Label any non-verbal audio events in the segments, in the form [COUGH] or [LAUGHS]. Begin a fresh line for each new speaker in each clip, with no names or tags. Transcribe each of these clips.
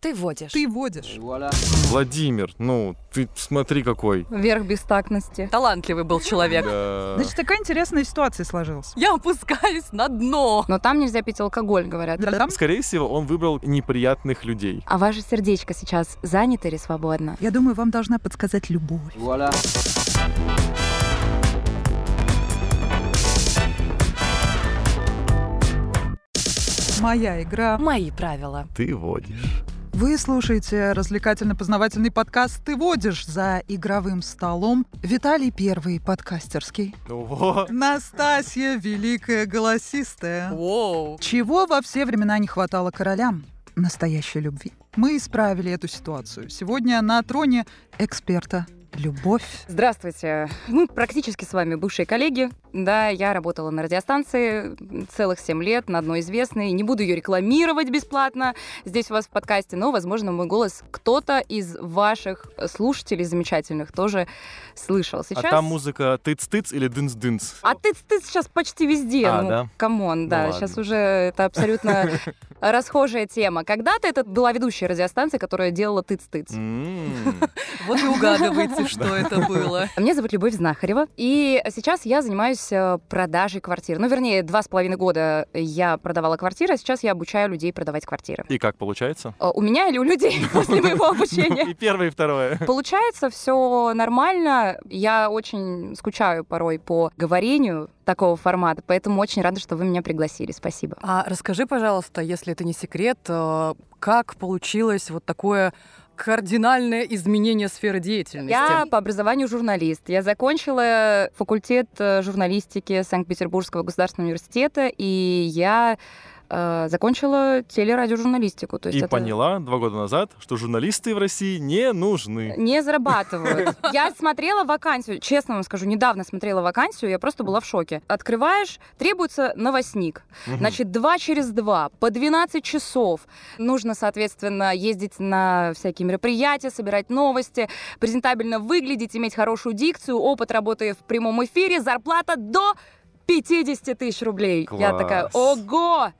Ты водишь.
Ты водишь.
Владимир, ну, ты смотри какой.
Вверх бестактности.
Талантливый был человек.
Да.
Значит, такая интересная ситуация сложилась.
Я опускаюсь на дно.
Но там нельзя пить алкоголь, говорят.
Да-дам.
Скорее всего, он выбрал неприятных людей.
А ваше сердечко сейчас занято или свободно?
Я думаю, вам должна подсказать любовь. Моя игра.
Мои правила.
Ты водишь.
Вы слушаете развлекательно-познавательный подкаст «Ты водишь» за игровым столом. Виталий Первый, подкастерский.
Ого.
Настасья, великая голосистая.
Воу.
Чего во все времена не хватало королям? Настоящей любви. Мы исправили эту ситуацию. Сегодня на троне эксперта любовь.
Здравствуйте. Мы практически с вами бывшие коллеги. Да, я работала на радиостанции целых 7 лет, на одной известной. Не буду ее рекламировать бесплатно здесь у вас в подкасте, но, возможно, мой голос кто-то из ваших слушателей замечательных тоже слышал. Сейчас...
А там музыка тыц-тыц или дынц-дынц?
А ты, ты сейчас почти везде.
А,
ну,
да?
камон, да.
ладно.
сейчас уже
[LAUGHS]
это абсолютно расхожая тема. Когда-то это была ведущая радиостанция, которая делала тыц-тыц.
М.
Вот и [LAUGHS] угадываете, что это было.
Меня зовут Любовь Знахарева, и сейчас я занимаюсь э, продажей квартир. Ну, вернее, два с половиной года я продавала квартиры, а сейчас я обучаю людей продавать квартиры.
И как получается? Ну,
Э, У меня или у людей [LAUGHS] после моего обучения?
[LAUGHS] И первое, и второе.
Получается, все нормально. Я очень скучаю порой по говорению такого формата, поэтому очень рада, что вы меня пригласили. Спасибо.
А расскажи, пожалуйста, если это не секрет, э, как получилось вот такое кардинальное изменение сферы деятельности?
Я по образованию журналист. Я закончила факультет э, журналистики Санкт-Петербургского государственного университета, и я э, закончила телерадиожурналистику. То есть
И
это-
поняла два года назад, что журналисты в России не нужны.
Не зарабатывают. Я смотрела вакансию, честно вам скажу, недавно смотрела вакансию, я просто была в шоке. Открываешь, требуется новостник.
Мгм.
Значит, два через два, по 12 часов. Нужно, соответственно, ездить на всякие мероприятия, собирать новости, презентабельно выглядеть, иметь хорошую дикцию, опыт работы в прямом эфире, зарплата до 50 тысяч рублей. Я
Класс.
такая,
[LAUGHS]
ого!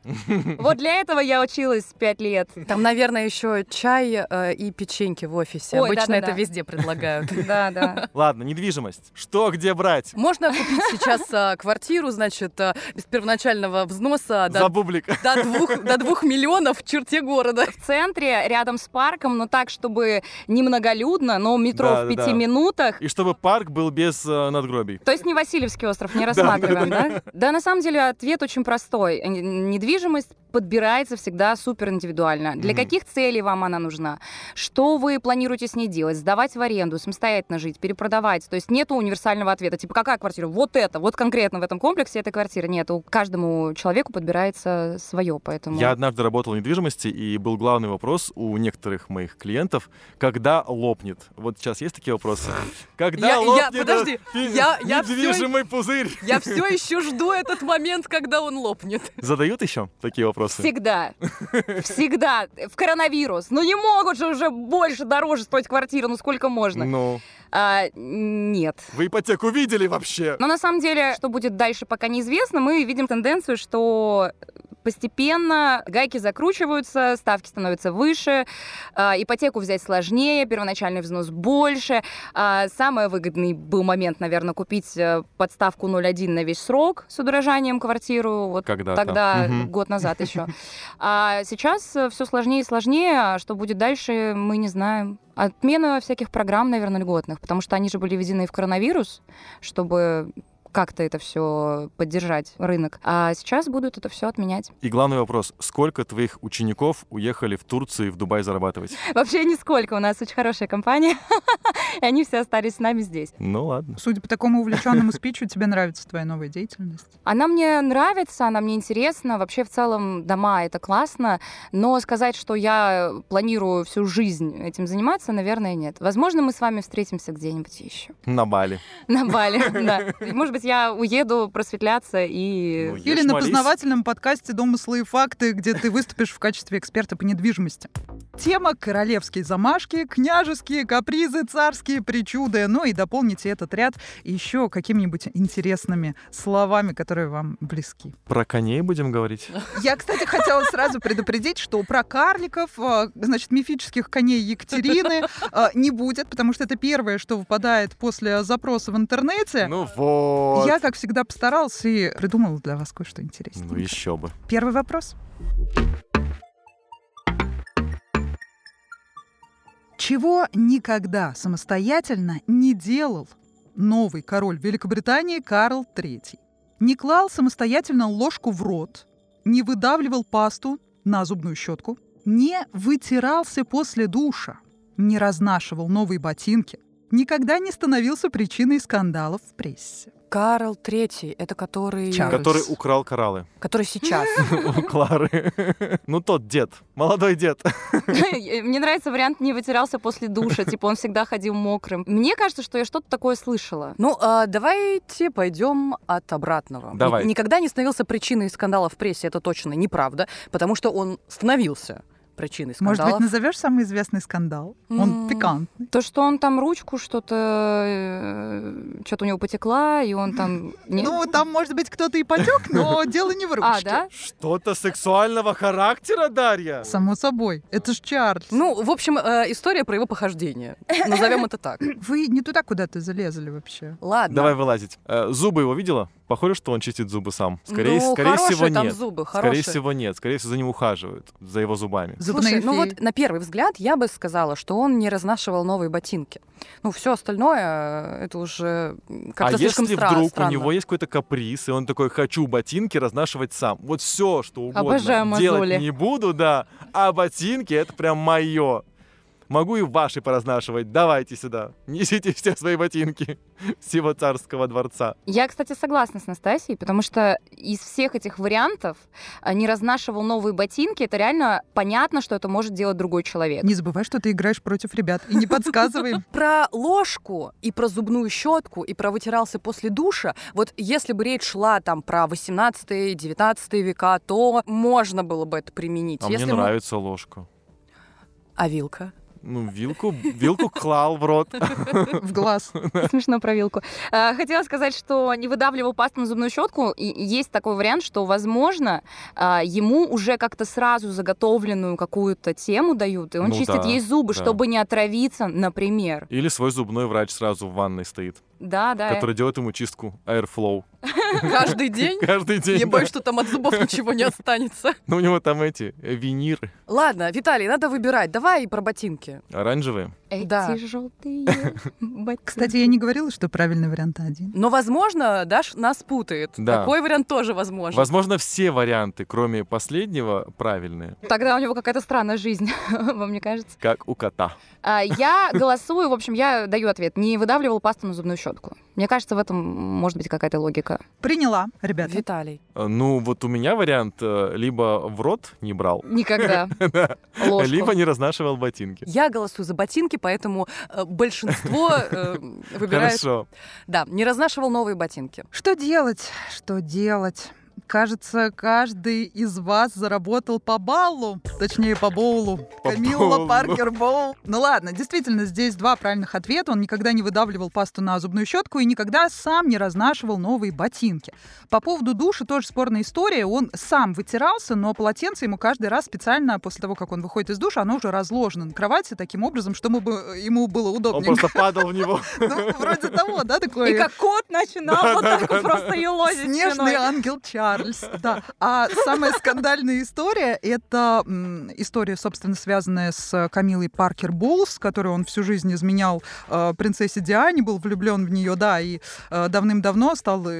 Вот для этого я училась 5 лет.
Там, наверное, еще чай э, и печеньки в офисе.
Ой,
Обычно
да-да-да.
это везде предлагают.
Да, да.
Ладно, недвижимость. Что, где брать?
Можно купить сейчас э, квартиру, значит, э, без первоначального взноса
За
до,
бублик.
до двух, до двух миллионов в черте города.
В центре, рядом с парком, но так, чтобы не многолюдно, но метро в
Да-да-да.
пяти минутах.
И чтобы парк был без э, надгробий.
То есть не Васильевский остров, не рассматриваем, [LAUGHS] да? Да, на самом деле ответ очень простой. Н- Недвижимость подбирается всегда супер индивидуально. Для
Мгм.
каких целей вам она нужна? Что вы планируете с ней делать? Сдавать в аренду, самостоятельно жить, перепродавать? То есть нет универсального ответа. Типа, какая квартира? Вот это, вот конкретно в этом комплексе эта квартира. Нет, у каждому человеку подбирается свое, поэтому...
Я однажды работал в недвижимости, и был главный вопрос у некоторых моих клиентов, когда лопнет. Вот сейчас есть такие вопросы? Когда
Я- я-
лопнет э,
подожди,
пи-
я- я всё-
недвижимый пузырь?
Я все еще жду этот момент, когда он лопнет.
[LAUGHS] Задают еще такие вопросы?
Всегда. [LAUGHS] Всегда. В коронавирус. Ну не могут же уже больше дороже стоить квартира, ну сколько можно?
Ну,
А, нет.
вы ипотеку видели вообще?
Ну,
Но на самом деле, что будет дальше, пока неизвестно. Мы видим тенденцию, что постепенно гайки закручиваются, ставки становятся выше, а, ипотеку взять сложнее, первоначальный взнос больше. А, Самый выгодный был момент, наверное, купить э, подставку 0,1 на весь срок с удорожанием квартиру. Вот
Когда-то.
тогда,
Мгм.
год назад еще. А сейчас все сложнее и сложнее. а Что будет дальше, мы не знаем. Отмена всяких программ, наверное, льготных, потому что они же были введены в коронавирус, чтобы как-то это все поддержать рынок. А сейчас будут это все отменять.
И главный вопрос, сколько твоих учеников уехали в Турцию и в Дубай зарабатывать?
Вообще нисколько. У нас очень хорошая компания. [LAUGHS] И они все остались с нами здесь.
Ну ладно.
Судя по такому увлеченному спичу, тебе нравится твоя новая деятельность.
Она мне нравится, она мне интересна. Вообще, в целом, дома — это классно. Но сказать, что я планирую всю жизнь этим заниматься, наверное, нет. Возможно, мы с вами встретимся где-нибудь еще. [LAUGHS]
На Бали.
На Бали, да. Может быть, я уеду просветляться
Ну,
и... [LAUGHS]
ешь,
Или на
молись.
познавательном подкасте «Домыслы и факты», где ты выступишь в качестве эксперта по недвижимости. Тема «Королевские замашки», «Княжеские капризы», «Царские причуды». Ну и дополните этот ряд еще какими-нибудь интересными словами, которые вам близки.
Про коней будем говорить.
Я, кстати, хотела сразу предупредить, что про карликов, э, значит, мифических коней Екатерины э, не будет, потому что это первое, что выпадает после запроса в интернете.
Ну вот.
Я, как всегда, постарался и придумал для вас кое-что интересное.
Ну еще бы.
Первый вопрос. Чего никогда самостоятельно не делал новый король Великобритании Карл III? Не клал самостоятельно ложку в рот, не выдавливал пасту на зубную щетку, не вытирался после душа, не разнашивал новые ботинки, никогда не становился причиной скандалов в прессе.
Карл Третий, это который...
Чарльз.
Который украл кораллы
Который сейчас.
[LAUGHS] у Клары. Ну тот дед, молодой дед. [LAUGHS]
Мне нравится вариант «не вытирался после душа», типа он всегда ходил мокрым. Мне кажется, что я что-то такое слышала.
Ну, а давайте пойдем от обратного.
Давай.
Ник- Никогда не становился причиной скандала в прессе, это точно неправда, потому что он становился причиной
Может быть,
скандала.
назовешь самый известный скандал? Он
М.
пикантный.
То, что он там ручку что-то... Что-то у него потекла, и он там... не-
Ну, там, может быть, кто-то и
[LAUGHS]
потек, но дело не в
А,
ручке.
да?
Что-то сексуального характера, Дарья.
Само собой. Это ж Чарльз.
Ну, в общем, э, история про его похождение. Назовем это так.
Вы не туда куда-то залезли вообще.
Ладно.
Давай вылазить. Э, Зубы его видела? Похоже, что он чистит зубы сам. Скорее,
Ну,
скорее
хорошие
всего,
там
нет.
зубы,
Скорее
хорошие.
всего, нет. Скорее всего, за ним ухаживают, за его зубами.
Зубные
Слушай, ну
феи.
вот на первый взгляд я бы сказала, что он не разнашивал новые ботинки. Ну, все остальное, э, это уже м, как-то
а
слишком
если
стра-
вдруг
странно.
у него есть какой-то каприз, и он такой, хочу ботинки разнашивать сам. Вот все, что угодно.
Обожаю
Делать
мозоли.
не буду, да. А ботинки это прям мое. Могу и ваши поразнашивать. Давайте сюда. Несите все свои ботинки. [LAUGHS] Всего царского дворца.
Я, кстати, согласна с Настасьей, потому что из всех этих вариантов а, не разнашивал новые ботинки, это реально понятно, что это может делать другой
э,
человек.
Не забывай, что ты играешь против ребят.
[LAUGHS]
И не подсказываем.
Про ложку и про зубную щетку и про вытирался после душа, вот если бы речь шла там про 18-19 века, то можно было бы это применить.
А
если
мне
мы-
нравится ложка.
А вилка?
Ну, вилку, вилку клал в рот. [LAUGHS]
В глаз.
[LAUGHS] Смешно про вилку. А, Хотела сказать, что не выдавливал пасту на зубную щетку. И есть такой вариант, что, возможно, а, ему уже как-то сразу заготовленную какую-то тему дают, и он
Ну
чистит
да,
ей зубы,
да.
чтобы не отравиться, например.
Или свой зубной врач сразу в ванной стоит,
Да, да.
который делает ему чистку Airflow. [LAUGHS]
Каждый день?
Каждый день.
Я
да. [LAUGHS]
боюсь, что там от зубов ничего не останется.
Но у него там эти э, виниры
Ладно, Виталий, надо выбирать. Давай про ботинки.
оранжевые.
Э, Эти
Да.
[LAUGHS]
желтые ботинки.
Кстати, я не говорила, что правильный вариант один.
Но, возможно, Даш нас путает.
Да.
Такой вариант тоже возможен.
Возможно, все варианты, кроме последнего, правильные,
Тогда у него какая-то странная жизнь, [LAUGHS] вам не кажется?
как у кота.
А, Я голосую, в общем, я даю ответ. Не выдавливал пасту на зубную щетку. Мне кажется, в этом может быть какая-то логика.
Приняла, ребята.
Виталий.
Э, Ну, вот у меня вариант э, либо в рот не брал, [LAUGHS]
Никогда. Ложку.
либо не разнашивал ботинки.
Я голосую за ботинки, поэтому э, большинство
[LAUGHS]
э, выбирает...
Хорошо.
Да, не разнашивал новые ботинки.
Что делать? Что делать? Кажется, каждый из вас заработал по баллу, точнее по боулу.
По
Камилла
боулу.
Паркер Боул. Ну ладно, действительно, здесь два правильных ответа. Он никогда не выдавливал пасту на зубную щетку и никогда сам не разнашивал новые ботинки. По поводу душа тоже спорная история. Он сам вытирался, но полотенце ему каждый раз специально после того, как он выходит из душа, оно уже разложено на кровати таким образом, чтобы бы- э, ему было
Он
удобнее.
просто падал в
[LAUGHS]
него.
Ну, вроде того,
[LAUGHS]
да, такое.
кот начинал вот так вот просто ее
Снежный ангел Чарльз, да. А самая скандальная история — это м, история, собственно, связанная с Камилой Паркер Боулс, которой он всю жизнь изменял э, принцессе Диане, был влюблен в нее, да, и э, давным-давно стало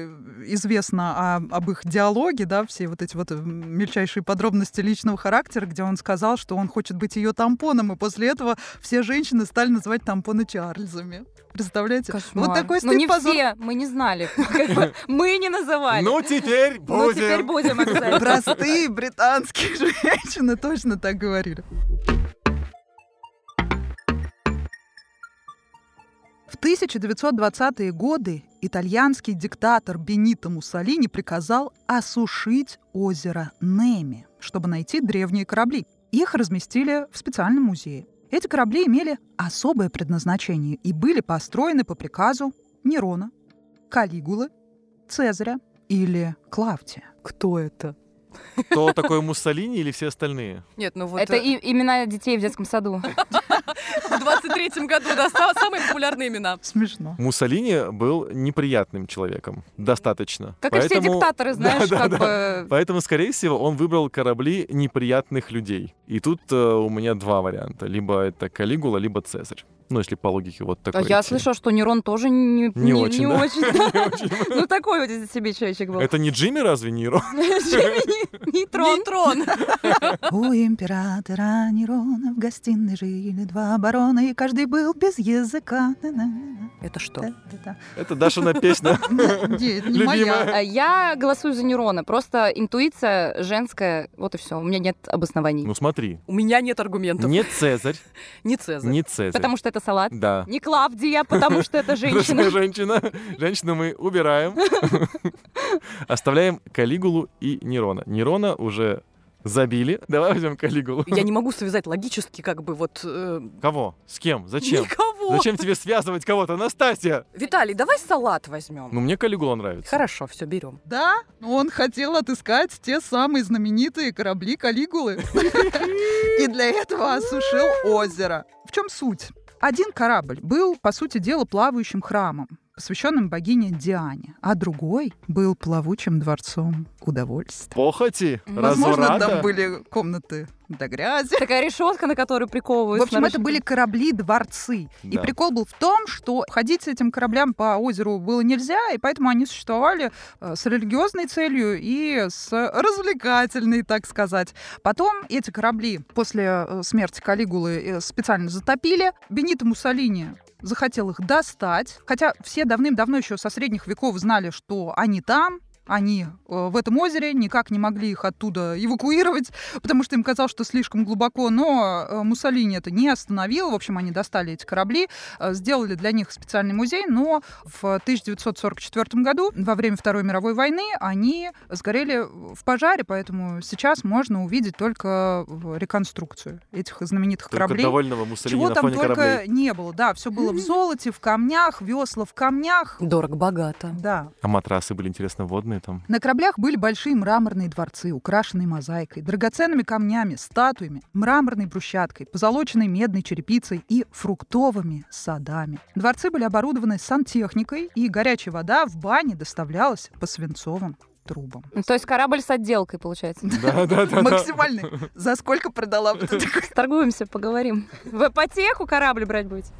известно о- об их диалоге, да, все вот эти вот э, мельчайшие подробности личного характера, где он сказал, что он хочет быть ее тампоном, и после этого все женщины стали называть тампоны Чарльзами. Представляете? Вот такой
Ну не
стыд-позор.
все, мы не знали. [LAUGHS] Мы не называли.
Ну, теперь
Ну, теперь
будем. [LAUGHS]
будем обязательно.
Простые британские [LAUGHS] женщины точно так говорили. В 1920-е годы итальянский диктатор Бенито Муссолини приказал осушить озеро Неми, чтобы найти древние корабли. Их разместили в специальном музее. Эти корабли имели особое предназначение и были построены по приказу Нерона, Калигулы, Цезаря или Клавдия.
Кто это?
Кто такой Муссолини или все остальные?
Нет, ну вот
Это
э,
и- имена детей в детском саду.
в 23-м году, да, са- самые популярные имена.
Смешно.
Муссолини был неприятным человеком. Достаточно.
Как и все
Поэтому-
диктаторы,
[LAUGHS] Да,
знаешь,
да,
как
да.
бы...
Поэтому, скорее всего, он выбрал корабли неприятных людей. И тут э, у меня два варианта. Либо это Калигула, либо Цезарь. Ну, если по логике вот
А
такой.
я
идти.
слышала, что Нерон тоже не,
[LAUGHS] Не очень, да?
да. Ну, такой вот из себе человечек [LAUGHS] был.
Это не Джимми разве Ниро?
Джимми Нейтрон.
Нейтрон.
[LAUGHS] У императора Нерона в гостиной жили два барона, и каждый был без языка. На-на-на-на.
[LAUGHS] Это что?
Да-да-да.
[LAUGHS] Это Дашина песня.
Не, это не моя.
Любимая.
А Я голосую за Нерона. Просто интуиция женская. Вот и все. У меня нет обоснований.
Ну смотри,
У меня нет аргументов.
не Цезарь,
Не Цезарь.
не Цезарь.
Потому что это салат.
Да.
Не Клавдия, потому
[LAUGHS]
что это
Просто
женщина.
Женщина. Женщину мы убираем. Оставляем Калигулу и Нерона. Нерона уже забили. Давай возьмем Калигулу.
Я не могу связать логически, как бы вот э,
Кого? С кем? Зачем?
никого.
Зачем тебе связывать кого-то, Анастасия?
Виталий, давай салат возьмем.
Ну, мне Калигула нравится.
Хорошо, все берем.
Да, но он хотел отыскать те самые знаменитые корабли Калигулы. И для этого осушил озеро. В чем суть? Один корабль был, по сути дела, плавающим храмом, посвященным богине Диане, а другой был плавучим дворцом удовольствия.
Похоти,
Возможно,
разврата.
там были комнаты до грязи.
Такая решетка, на которую
В
приковывают.
общем, это были корабли-дворцы. И
Да.
прикол был в том, что ходить с этим кораблям по озеру было нельзя, и поэтому они существовали э, с религиозной целью и с развлекательной, так сказать. Потом эти корабли после э, смерти Калигулы э, специально затопили. Бенито Муссолини захотел их достать, хотя все давным-давно еще со средних веков знали, что они там, они э, в этом озере никак не могли их оттуда эвакуировать, потому что им казалось, что слишком глубоко, но э, Муссолини это не остановил. В общем, они достали эти корабли, э, сделали для них специальный музей, но в 1944 году, во время Второй мировой войны, они сгорели в пожаре, поэтому сейчас можно увидеть только в- реконструкцию этих знаменитых
Только
кораблей.
довольного Муссолини
Чего
на
там
фоне
только
кораблей.
не было, да, все было в золоте, в камнях, весла в камнях,
Дорого-богато.
да.
А матрасы были, интересно, водные
[LAUGHS]
там.
На кораблях были большие мраморные дворцы, украшенные мозаикой, драгоценными камнями, статуями, мраморной брусчаткой, позолоченной медной черепицей и фруктовыми садами. Дворцы были оборудованы сантехникой, и горячая вода в бане доставлялась по свинцовым трубам.
То есть корабль с отделкой, получается.
Да-да-да.
Максимальный. За сколько продала бы ты такой?
Торгуемся, поговорим. В ипотеку корабль брать будете?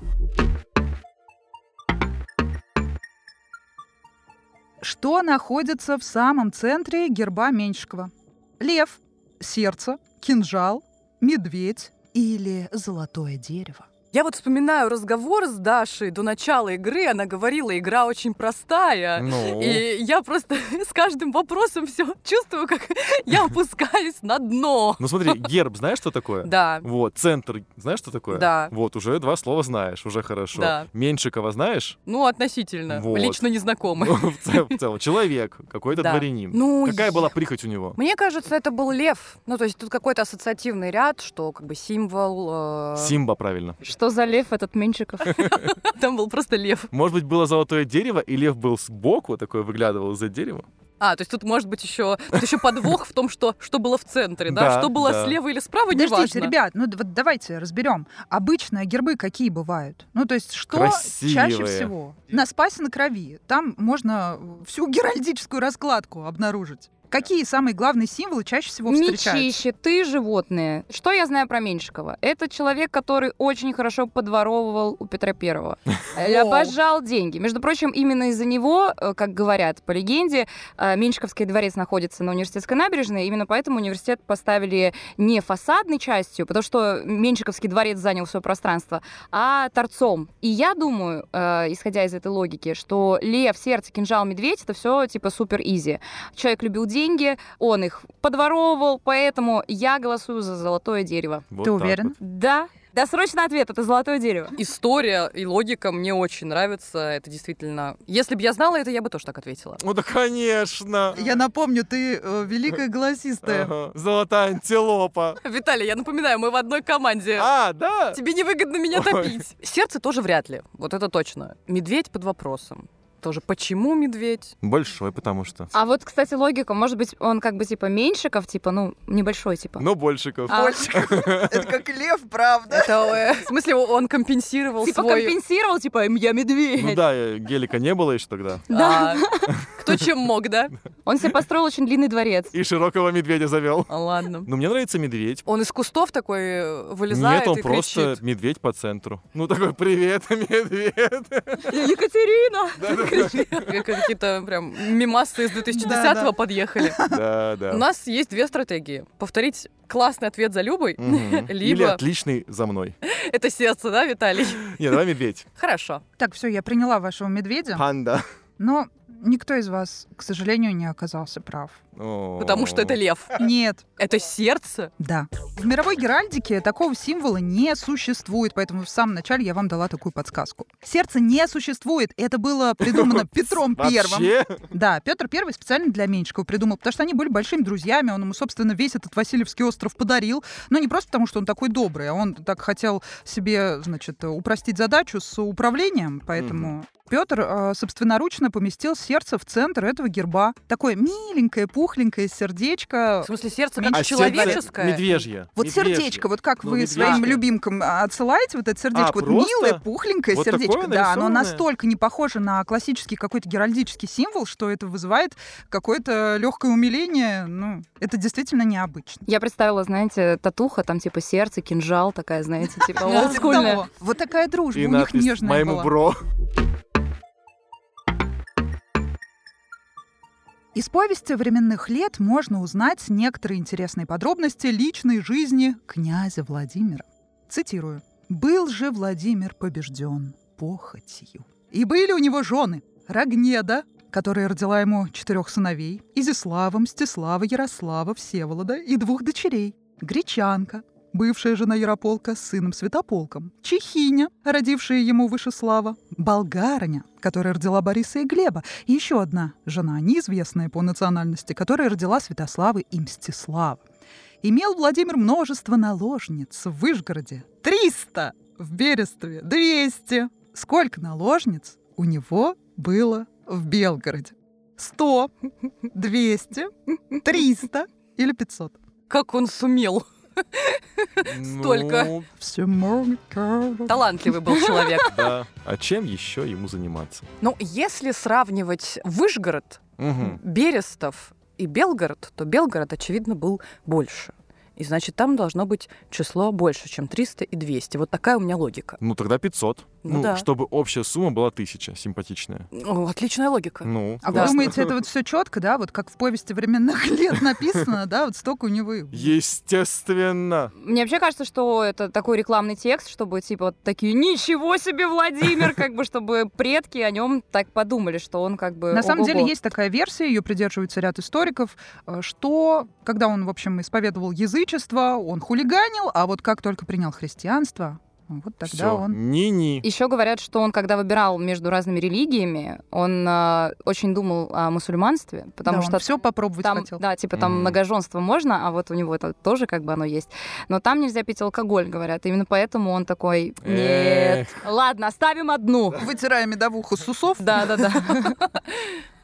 Что находится в самом центре герба Меньшикова? Лев, сердце, кинжал, медведь или золотое дерево?
Я вот вспоминаю разговор с Дашей до начала игры. Она говорила, игра очень простая.
Ну,
И я просто [LAUGHS] с каждым вопросом все чувствую, как [LAUGHS] я опускаюсь на дно.
ну смотри, герб знаешь, что такое?
Да.
Вот, центр, знаешь, что такое?
Да.
Вот, уже два слова знаешь, уже хорошо.
Да. [LAUGHS]
Меньшикова знаешь?
Ну, относительно.
Вот.
Лично незнакомы.
[LAUGHS] Ну, В цел- в целом, человек, какой-то
Да.
дворянин.
Ну,
Какая
я-
была прихоть у него?
Мне кажется, это был лев. Ну, то есть тут какой-то ассоциативный ряд, что как бы символ... э,
Симба, правильно.
Что за лев этот Менчиков?
[LAUGHS] Там был просто лев.
Может быть, было золотое дерево, и лев был сбоку, такой выглядывал из-за дерева.
А, то есть тут может быть еще... Тут еще подвох в том, что, что было в центре, да?
Да,
что было
да.
слева или справа, не
Подождите,
важно.
ребят, ну д- вот давайте разберем. Обычно гербы какие бывают? Ну, то есть, что
Красивые.
чаще всего? На спасе на крови. Там можно всю [LAUGHS] геральдическую раскладку обнаружить. Какие самые главные символы чаще всего
Мечи,
встречаются?
щиты, животные. Что я знаю про Меньшикова? Это человек, который очень хорошо подворовывал у Петра Первого. Э,
Воу.
Обожал деньги. Между прочим, именно из-за него, э, как говорят по легенде, э, Меньшиковский дворец находится на университетской набережной. Именно поэтому университет поставили не фасадной частью, потому что Меньшиковский дворец занял все пространство, а торцом. И я думаю, э, исходя из этой логики, что лев, сердце, кинжал, медведь — это все типа супер-изи. Человек любил деньги, он их подворовывал, поэтому я голосую за золотое дерево.
Вот
Ты
так
уверен?
вот.
Да, Досрочный ответ — это золотое дерево.
История и логика мне очень нравятся. Это действительно... Если бы я знала это, я бы тоже так ответила.
Ну да, конечно.
Я напомню, ты э, великая голосистая.
Ага. Золотая антилопа.
Виталий, я напоминаю, мы в одной команде.
А, да?
Тебе невыгодно меня
Ой.
топить. Сердце тоже вряд ли. Вот это точно. Медведь под вопросом. Тоже почему медведь?
Большой, потому что.
А вот, кстати, логика, может быть, он как бы типа меньшиков, типа, ну, небольшой, типа.
Но Ну, большиков.
А,
[LAUGHS] Это как лев, правда?
Это, э, в смысле, он компенсировал
типа
свой...
компенсировал, типа, «Эм, я медведь.
Ну да, э, гелика не было еще тогда.
Да.
А, Кто чем мог, да?
Он себе построил очень
[LAUGHS]
длинный дворец.
И широкого медведя завел.
А, Ладно.
Ну, мне нравится медведь.
Он из кустов такой э, вылезает
Нет, он
и
просто [LAUGHS]
кричит.
медведь по центру. Ну такой,
[LAUGHS]
привет, [LAUGHS] медведь.
Екатерина!
Как Какие-то прям мимасы из 2010-го
Да-да.
подъехали.
Да,
У
да.
нас есть две стратегии. Повторить классный ответ за Любой.
Мгм. Или
Либо-
отличный за мной. [LAUGHS]
Это сердце, да, Виталий?
Не, давай медведь.
Хорошо.
Так, все, я приняла вашего медведя,
Панда.
но никто из вас, к сожалению, не оказался
[LAUGHS]
прав.
Потому что это лев.
Нет,
Это сердце.
Да. В мировой геральдике такого символа не существует, поэтому в самом начале я вам дала такую подсказку. Сердце не существует. Это было придумано Петром Первым.
Вообще?
Да, Петр Первый специально для Меньшикова придумал, потому что они были большими друзьями, он ему, собственно, весь этот Васильевский остров подарил, но не просто потому, что он такой добрый, а он так хотел себе, значит, упростить задачу с управлением, поэтому... Петр э, собственноручно поместил сердце в центр этого герба. Такое миленькое, пухленькое сердечко.
В смысле, сердце
А
как
сердце
человеческое.
Медвежье.
Вот
Медвежье.
сердечко, вот как
Ну,
вы
медвежье.
своим любимкам а, отсылаете вот это сердечко,
А,
вот
просто?
милое, пухленькое
Вот такое
сердечко, да, оно
нарисованное?
настолько не похоже на классический какой-то геральдический символ, что это вызывает какое-то легкое умиление, ну, это действительно необычно.
[LAUGHS] Я представила, знаете, татуха, там типа сердце, кинжал такая, знаете, типа
Ну, типа
олдскульная.
того. Вот такая дружба,
И
у них
надпись
нежная
«Моему
была.
бро».
[LAUGHS] Из повести временных лет можно узнать некоторые интересные подробности личной жизни князя Владимира. Цитирую. «Был же Владимир побежден похотью. И были у него жены Рогнеда, которая родила ему четырех сыновей, Изислава, Мстислава, Ярослава, Всеволода и двух дочерей, Гречанка, бывшая жена Ярополка с сыном Святополком, Чехиня, родившая ему Вышеслава, Болгарня, которая родила Бориса и Глеба, и еще одна жена, неизвестная по национальности, которая родила Святославы и Мстислава. Имел Владимир множество наложниц в Вышгороде. 300! В Берестове 200! Сколько наложниц у него было в Белгороде? 100, 200, 300 или 500?
Как он сумел. Столько.
Ну,
Все
Талантливый был человек.
да. А чем еще ему заниматься?
[LAUGHS] Ну, если сравнивать Вышгород,
Мгм.
Берестов и Белгород, то Белгород, очевидно, был больше. И значит, там должно быть число больше, чем 300 и 200. Вот такая у меня логика.
Ну, тогда 500.
Ну
Ну,
да.
чтобы общая сумма была 1000, симпатичная.
О, отличная логика.
Ну,
А вы
Классно.
думаете, это вот все четко, да, вот как в повести временных лет написано, да, вот столько у него. и-
[LAUGHS] естественно.
Мне вообще кажется, что это такой рекламный текст, чтобы типа вот такие «Ничего себе, Владимир!» [LAUGHS] Как бы, чтобы предки о нем так подумали, что он как бы
На самом
Э, ого-го.
деле есть такая версия, ее придерживается ряд историков, э, что когда он, в общем, исповедовал язычество, он хулиганил, а вот как только принял христианство, вот тогда
Всё.
он...
Ни-ни.
Еще говорят, что он, когда выбирал между разными религиями, он э, очень думал о мусульманстве, потому что
все попробовать
там,
хотел.
да, типа там
Мгм.
многоженство можно, а вот у него это тоже как бы оно есть. Но там нельзя пить алкоголь, говорят. Именно поэтому он такой, нет, ладно, оставим одну.
[LAUGHS] Вытирая медовуху с усов.
Да, да, да.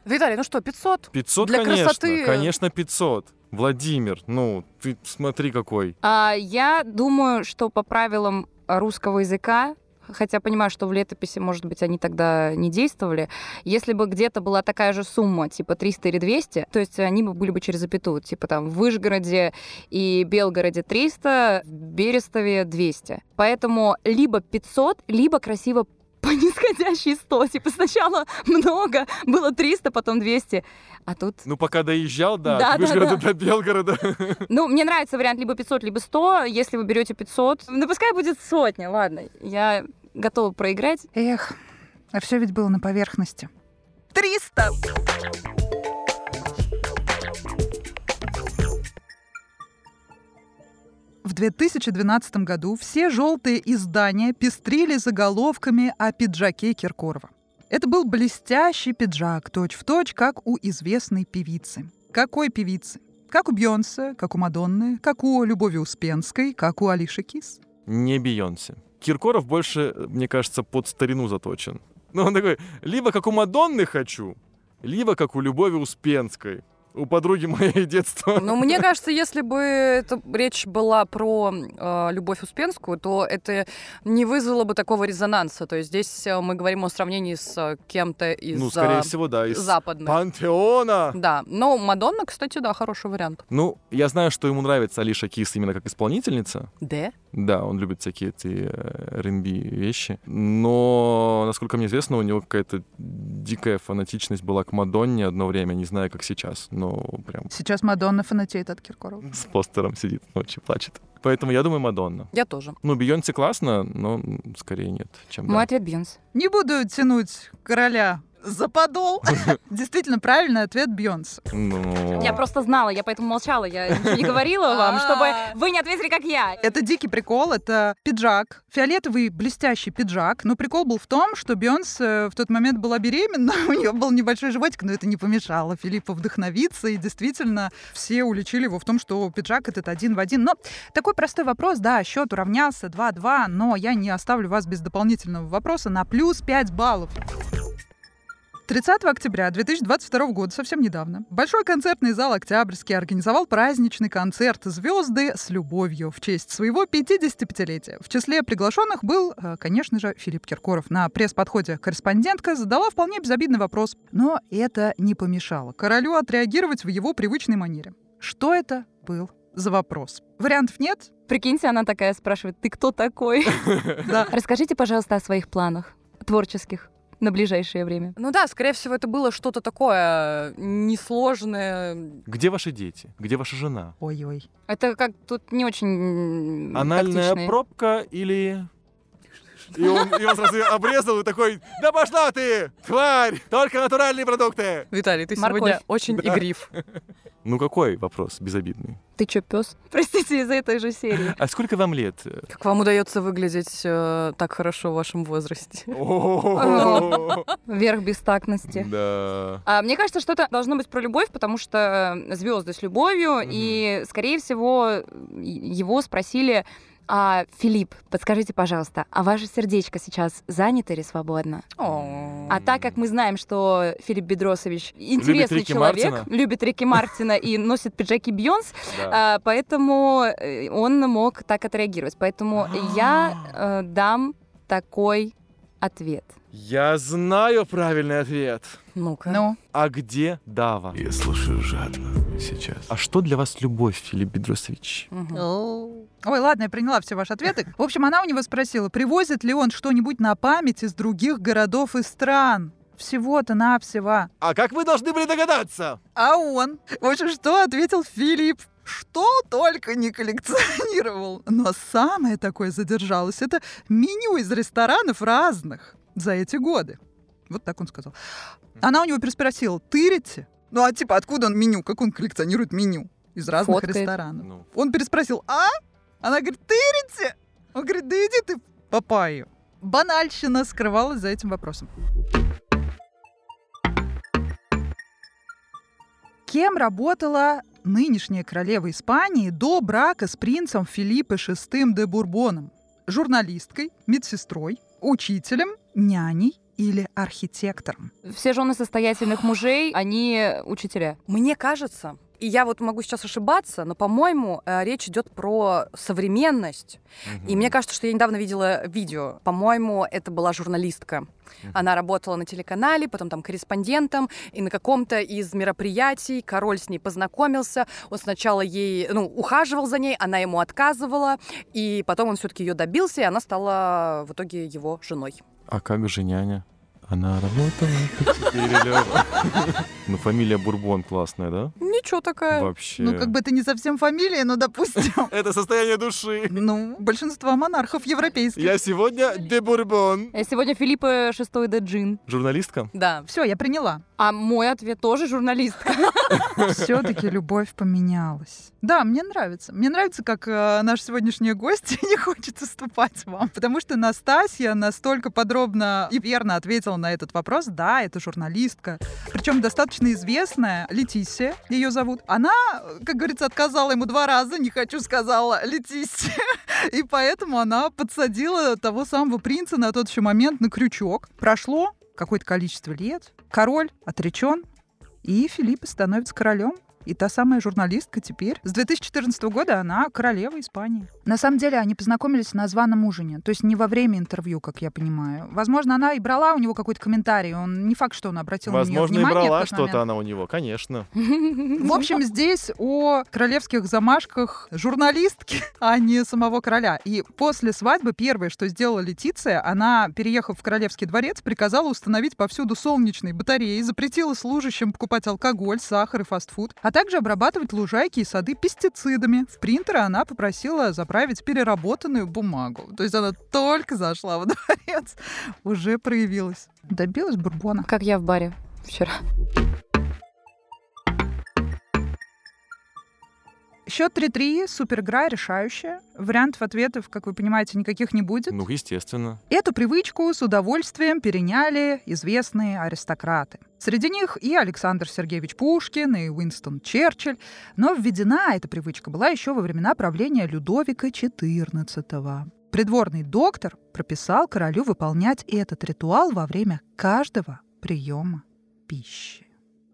Виталий, ну что, 500?
500,
Для
конечно.
красоты.
Конечно, 500. Владимир, ну, ты смотри какой.
А, Я думаю, что по правилам русского языка хотя понимаю, что в летописи, может быть, они тогда не действовали, если бы где-то была такая же сумма, типа 300 или 200, то есть они бы были бы через запятую, типа там в Вышгороде и Белгороде 300, в Берестове 200. Поэтому либо 500, либо красиво [LAUGHS] по нисходящей 100. Типа сначала много, было 300, потом 200, а тут
Ну, пока доезжал, да,
Да,
от
да,
Вышгорода до Белгорода. [LAUGHS]
ну, мне нравится вариант либо 500, либо 100. Если вы берете 500, ну, пускай будет сотня, ладно. Я готова проиграть.
Эх, а все ведь было на поверхности.
300!
В В 2012 году все желтые издания пестрили заголовками о пиджаке Киркорова. Это был блестящий пиджак, точь-в-точь, точь, как у известной певицы. Какой певицы? Как у Бьонса, как у Мадонны, как у Любови Успенской, как у Алиши Кис.
Не Бейонсе. Киркоров больше, мне кажется, под старину заточен. Ну, он такой, либо как у Мадонны хочу, либо как у Любови Успенской. У подруги моей [LAUGHS] детства.
Ну, мне кажется, если бы это речь была про э, Любовь Успенскую, то это не вызвало бы такого резонанса. То есть здесь э, мы говорим о сравнении с э, кем-то из
ну, скорее
э,
всего, да, из
западных.
Пантеона.
Да, но Мадонна, кстати, да, хороший вариант.
Ну, я знаю, что ему нравится Алиша Кис именно как исполнительница.
Да?
Да, он любит всякие эти э, R&B вещи. Но, насколько мне известно, у него какая-то дикая фанатичность была к Мадонне одно время, не знаю, как сейчас, но прям
Сейчас Мадонна фанатеет от Киркорова.
с постером сидит ночью, плачет. Поэтому я думаю, Мадонна.
Я тоже.
Ну, Бейонсе классно, но м, скорее нет, чем да.
Мой ответ Бьюнс.
Не буду тянуть короля за подол. Действительно, правильный ответ Бьонса.
Ну,
Я просто знала, я поэтому молчала, я ничего не говорила [LAUGHS] вам, чтобы
А.
вы не ответили, как я.
Это дикий прикол, это пиджак, фиолетовый блестящий пиджак. Но прикол был в том, что Бьонс э, в тот момент была беременна, [LAUGHS] у нее был небольшой животик, но это не помешало Филиппу вдохновиться, и действительно все уличили его в том, что пиджак этот один в один. Но такой простой вопрос, да, счет уравнялся 2-2, но я не оставлю вас без дополнительного вопроса на плюс 5 баллов. 30 октября 2022 года, совсем недавно, Большой концертный зал «Октябрьский» организовал праздничный концерт «Звезды с любовью» в честь своего 55-летия. В числе приглашенных был, э, конечно же, Филипп Киркоров. На пресс-подходе корреспондентка задала вполне безобидный вопрос, но это не помешало королю отреагировать в его привычной манере. Что это был за вопрос? Вариантов нет?
Прикиньте, она такая спрашивает, ты кто [LAUGHS] такой?
Да.
Расскажите, пожалуйста, о своих планах творческих на ближайшее время.
Ну да, скорее всего, это было что-то такое э, несложное.
Где ваши дети? Где ваша жена?
Ой-ой.
Это как тут не очень м,
Анальная
тактичные.
пробка или... И он, и он сразу её обрезал и такой, да пошла ты, тварь, только натуральные продукты.
Виталий, ты
Морковь.
сегодня очень
Да.
игрив.
Ну какой вопрос безобидный?
Ты чё, пес? Простите, из этой же серии.
А сколько вам лет?
Как вам удается выглядеть э, так хорошо в вашем возрасте?
О-о-о.
Верх бестактности.
Да.
А, мне кажется, что-то должно быть про любовь, потому что звезды с любовью,
Мгм.
и, скорее всего, и- его спросили, «А, Филипп, подскажите, пожалуйста, а ваше сердечко сейчас занято или свободно?
О.
А так как мы знаем, что Филипп Бедросович интересный
Рики
человек,
Мартина.
любит Рики Мартина
[LAUGHS]
и носит пиджаки Бьонс,
Да.
а, поэтому э, он мог так отреагировать.
А.
Поэтому я э, дам такой ответ.
Я знаю правильный ответ.
Ну-ка.
Ну,
А где Дава?
Я слушаю жадно сейчас.
А что для вас любовь, Филипп Бедросович?
Мгм.
Ой, ладно, я приняла все ваши ответы. В общем, она у него спросила, привозит ли он что-нибудь на память из других городов и стран. Всего-то навсего.
А как вы должны были догадаться?
А он? В общем, что ответил Филипп? Что только не коллекционировал. Но самое такое задержалось. Это меню из ресторанов разных за эти годы. Вот так он сказал. Она у него переспросила, тырите? Ну, а типа, откуда он меню? Как он коллекционирует меню? Из разных
Фоткает.
ресторанов.
Ну,
Он переспросил, а? Она говорит, тырите? Он говорит, да иди ты, в папайю. Банальщина скрывалась за этим вопросом. Кем работала нынешняя королева Испании до брака с принцем Филиппе VI де Бурбоном? Журналисткой, медсестрой, учителем, няней или архитектором?
Все жены состоятельных мужей, они учителя.
Мне кажется, и я вот могу сейчас ошибаться, но, по-моему, э, речь идет про современность. И
мгм.
мне кажется, что я недавно видела видео. По-моему, это была журналистка.
Мгм.
Она работала на телеканале, потом там корреспондентом, и на каком-то из мероприятий король с ней познакомился. Он сначала ей, ну, ухаживал за ней, она ему отказывала, и потом он все-таки ее добился, и она стала в итоге его женой.
А как же няня? Она работала по 4 лёва. ну фамилия Бурбон классная, да?
Ничего такая.
Вообще.
Ну, как бы это не совсем фамилия, но, допустим,
[LAUGHS] Это состояние души.
ну, большинство монархов европейских.
Я сегодня де Бурбон.
Э, Сегодня Филиппа Шестой де Джин.
Журналистка?
Да.
Все, я приняла.
А мой ответ тоже журналистка.
[LAUGHS] Все-таки любовь поменялась. Да, мне нравится. Мне нравится, как э, наш сегодняшний гость [LAUGHS] не хочет уступать вам. Потому что Настасья настолько подробно и верно ответила на этот вопрос. Да, это журналистка. Причем достаточно известная. Летисия ее зовут. Она, э, как говорится, отказала ему два раза. Не хочу, сказала Летисия. [LAUGHS] И поэтому она подсадила того самого принца на тот еще момент на крючок. Прошло какое-то количество лет. Король отречен, и Филиппа становится королем. И та самая журналистка теперь. С 2014 года она королева Испании. На самом деле они познакомились на званом ужине. То есть не во время интервью, как я понимаю. Возможно, она и брала у него какой-то комментарий. Он не факт, что он обратил на
Возможно,
нее
и
внимание. в
брала
тот
что-то
момент.
она у него, конечно.
В общем, здесь о королевских замашках журналистки, [LAUGHS] а не самого короля. И после свадьбы первое, что сделала Летиция, она, переехав в королевский дворец, приказала установить повсюду солнечные батареи, запретила служащим покупать алкоголь, сахар и фастфуд, а также обрабатывать лужайки и сады пестицидами. В принтеры она попросила заправить переработанную бумагу. То есть она только зашла в дворец, [LAUGHS] уже проявилась. Добилась бурбона.
Как я в баре вчера.
Счет 3-3, супергра решающая. Вариантов ответов, как вы понимаете, никаких не будет.
Ну, естественно.
Эту привычку с удовольствием переняли известные аристократы. Среди них и Александр Сергеевич Пушкин, и Уинстон Черчилль. Но введена эта привычка была еще во времена правления Людовика XIV. Придворный доктор прописал королю выполнять этот ритуал во время каждого приема пищи.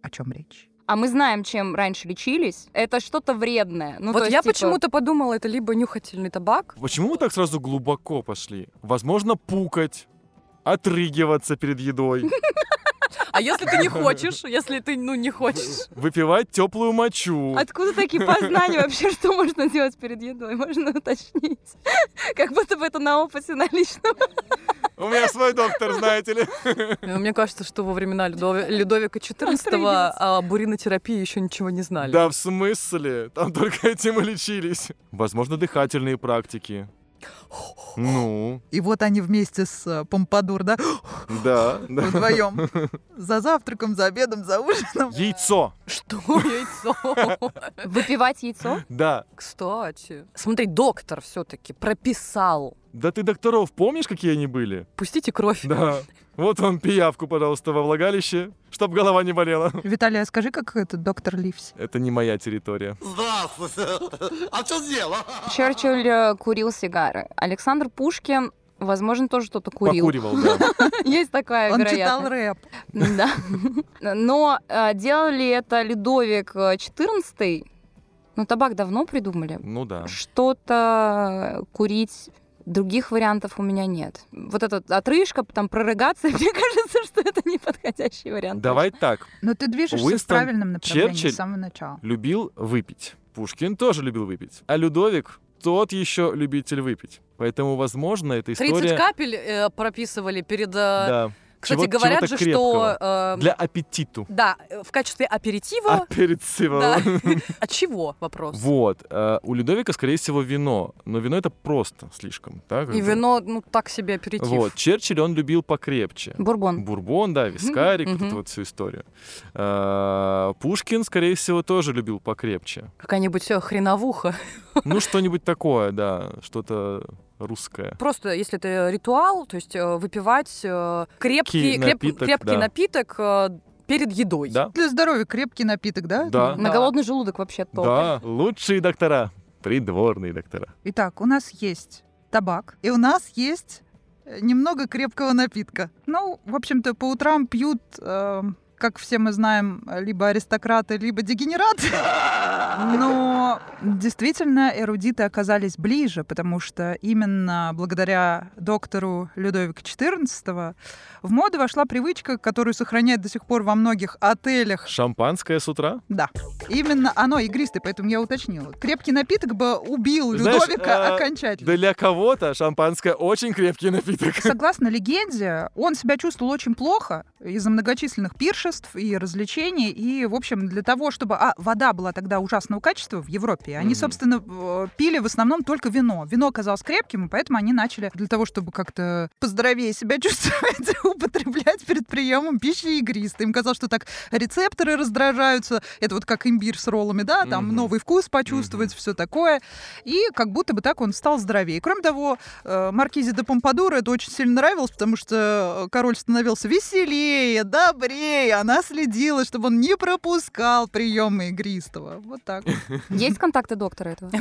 О чем речь?
А мы знаем, чем раньше лечились. Это что-то вредное. Ну,
вот
то есть,
я
типа,
почему-то подумала, это либо нюхательный табак,
Почему мы так сразу глубоко пошли? Возможно, пукать, отрыгиваться перед едой,
а если ты не хочешь, если ты, ну, не хочешь.
выпивать теплую мочу.
Откуда такие познания вообще, что можно делать перед едой? Можно уточнить. [LAUGHS] Как будто бы это на опыте, на личном.
У меня свой доктор, знаете ли.
Ну, Мне кажется, что во времена Людови- Людовика XIV о буринотерапии еще ничего не знали.
Да в смысле? Там только этим и лечились. Возможно, дыхательные практики. Ну,
И вот они вместе с э, Помпадур, да,
да, да.
вдвоем. За завтраком, за обедом, за ужином.
Яйцо,
Что яйцо?
Выпивать яйцо?
да.
Кстати. Смотри, доктор все-таки прописал.
Да ты докторов помнишь, какие они были?
Пустите кровь.
Да. Вот вам пиявку, пожалуйста, во влагалище, чтоб голова не болела.
Виталий, а скажи, как этот доктор Ливси?
Это не моя территория.
Здравствуйте. А в чем дело?
Черчилль э, курил сигары. Александр Пушкин, возможно, тоже что-то курил.
Покуривал, да.
[LAUGHS] Есть такая
Он
вероятность.
читал рэп.
Да. [LAUGHS] Но э, делали это Людовик э, XIV. Ну, табак давно придумали.
Ну да.
Что-то курить других вариантов у меня нет. Вот этот отрыжка, там прорыгаться, [LAUGHS] мне кажется, что это неподходящий вариант.
Давай так.
Но ты движешься в
Уинстон
правильном направлении
Черчилль.
с самого начала.
Любил выпить. Пушкин тоже любил выпить. А Людовик тот еще любитель выпить. Поэтому, возможно, эта
30
история...
капель э, прописывали перед... э,
Да.
Кстати,
Чего-
говорят
чего-то
же,
крепкого.
что... э,
Для аппетиту.
Да, э, в качестве
[LAUGHS]
аперитива.
Аперитива.
Да.
[LAUGHS]
От чего вопрос?
Вот. э, У Людовика, скорее всего, вино. Но вино это просто слишком. Да, как
И
бы.
вино, ну, так себе аперитив.
Вот. Черчилль он любил покрепче.
Бурбон.
Бурбон, да, вискарик, вот
Мгм.
эту вот всю историю. Э, Пушкин, скорее всего, тоже любил покрепче.
Какая-нибудь э, хреновуха.
Ну, что-нибудь такое, да, что-то русское.
Просто, если это ритуал, то есть э, выпивать э, крепкий,
Крепкий
креп-
напиток,
крепкий
да.
напиток э, перед едой.
Да?
Для здоровья крепкий напиток, да?
Да.
На
Да.
голодный желудок вообще топ.
Да, лучшие доктора. Придворные доктора.
Итак, у нас есть табак, и у нас есть э, немного крепкого напитка. Ну, в общем-то, по утрам эм, пьют, э, как все мы знаем, либо аристократы, либо дегенераты. Но действительно эрудиты оказались ближе, потому что именно благодаря доктору Людовика XIV в моду вошла привычка, которую сохраняет до сих пор во многих отелях.
Шампанское с утра?
Да, именно оно игристое, поэтому я уточнила. Крепкий напиток бы убил
Знаешь,
Людовика
а,
окончательно.
Для кого-то шампанское очень крепкий напиток.
Согласно легенде, он себя чувствовал очень плохо из-за многочисленных пиршеств и развлечений. И, в общем, для того, чтобы... А, вода была тогда ужасного качества в Европе. Они,
Мгм.
собственно, в- э, пили в основном только вино. Вино оказалось крепким, и поэтому они начали для того, чтобы как-то поздоровее себя [LAUGHS] чувствовать, употреблять перед приемом пищи игристы. Им казалось, что так рецепторы раздражаются. Это вот как имбирь с роллами, да, там
Мгм.
новый вкус почувствовать, все такое. И как будто бы так он стал здоровее. Кроме того, э, Маркизе де Помпадур это очень сильно нравилось, потому что э, король становился веселее, добрее. Она следила, чтобы он не пропускал приемы игристого. Вот так. вот.
Есть контакты доктора этого?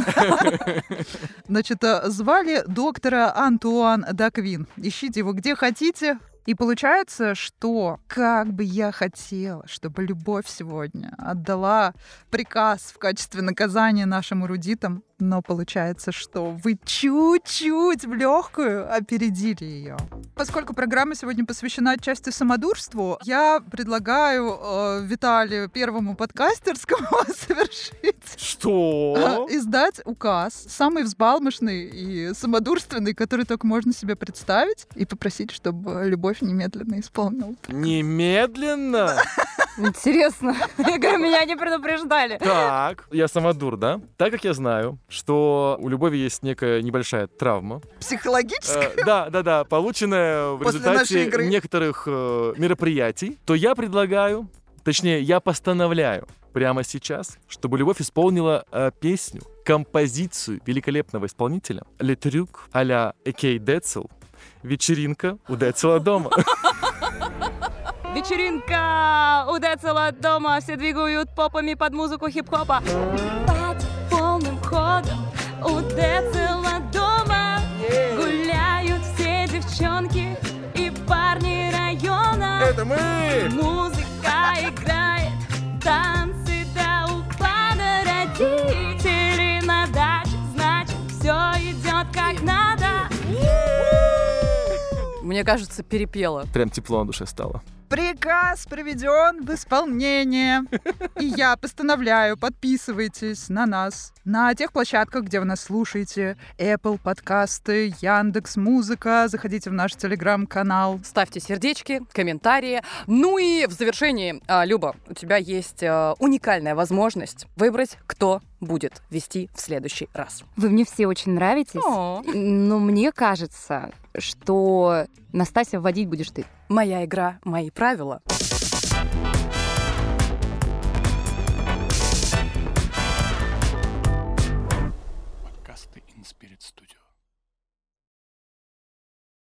Значит, э, звали доктора Антуан Даквин. Ищите его где хотите. И получается, что как бы я хотела, чтобы любовь сегодня отдала приказ в качестве наказания нашим эрудитам, но получается, что вы чуть-чуть в легкую опередили ее. Поскольку программа сегодня посвящена отчасти самодурству, я предлагаю э, Виталию первому подкастерскому [LAUGHS] совершить
Что?
[LAUGHS] а, издать указ, самый взбалмошный и самодурственный, который только можно себе представить, и попросить, чтобы любовь немедленно исполнила.
Немедленно?
Интересно. [LAUGHS] Я говорю, меня не предупреждали.
Так, я сама дур, да? Так как я знаю, что у Любови есть некая небольшая травма.
Психологически?
Э, Да, да, да, полученная в
После нашей
результате
игры.
некоторых э, мероприятий, то я предлагаю, точнее, я постановляю прямо сейчас, чтобы Любовь исполнила э, песню, композицию великолепного исполнителя Летрюк а-ля Экей Децл. Вечеринка у Децела дома.
Вечеринка у Децела дома. Все двигают попами под музыку хип-хопа. Под полным ходом у Децела дома гуляют все девчонки и парни района.
Это мы!
Музыка играет, танцы до упада Родители на даче, значит все идет как надо
Мне кажется, перепела.
Прям тепло на душе стало.
Приказ приведен в исполнение. И я постановляю, подписывайтесь на нас на тех площадках, где вы нас слушаете. Apple подкасты, Яндекс Музыка. Заходите в наш телеграм-канал.
Ставьте сердечки, комментарии. Ну и в завершении, а, Люба, у тебя есть а, уникальная возможность выбрать, кто будет вести в следующий раз.
Вы мне все очень нравитесь, но мне кажется, что Настасья вводить будешь ты
Моя игра, мои правила.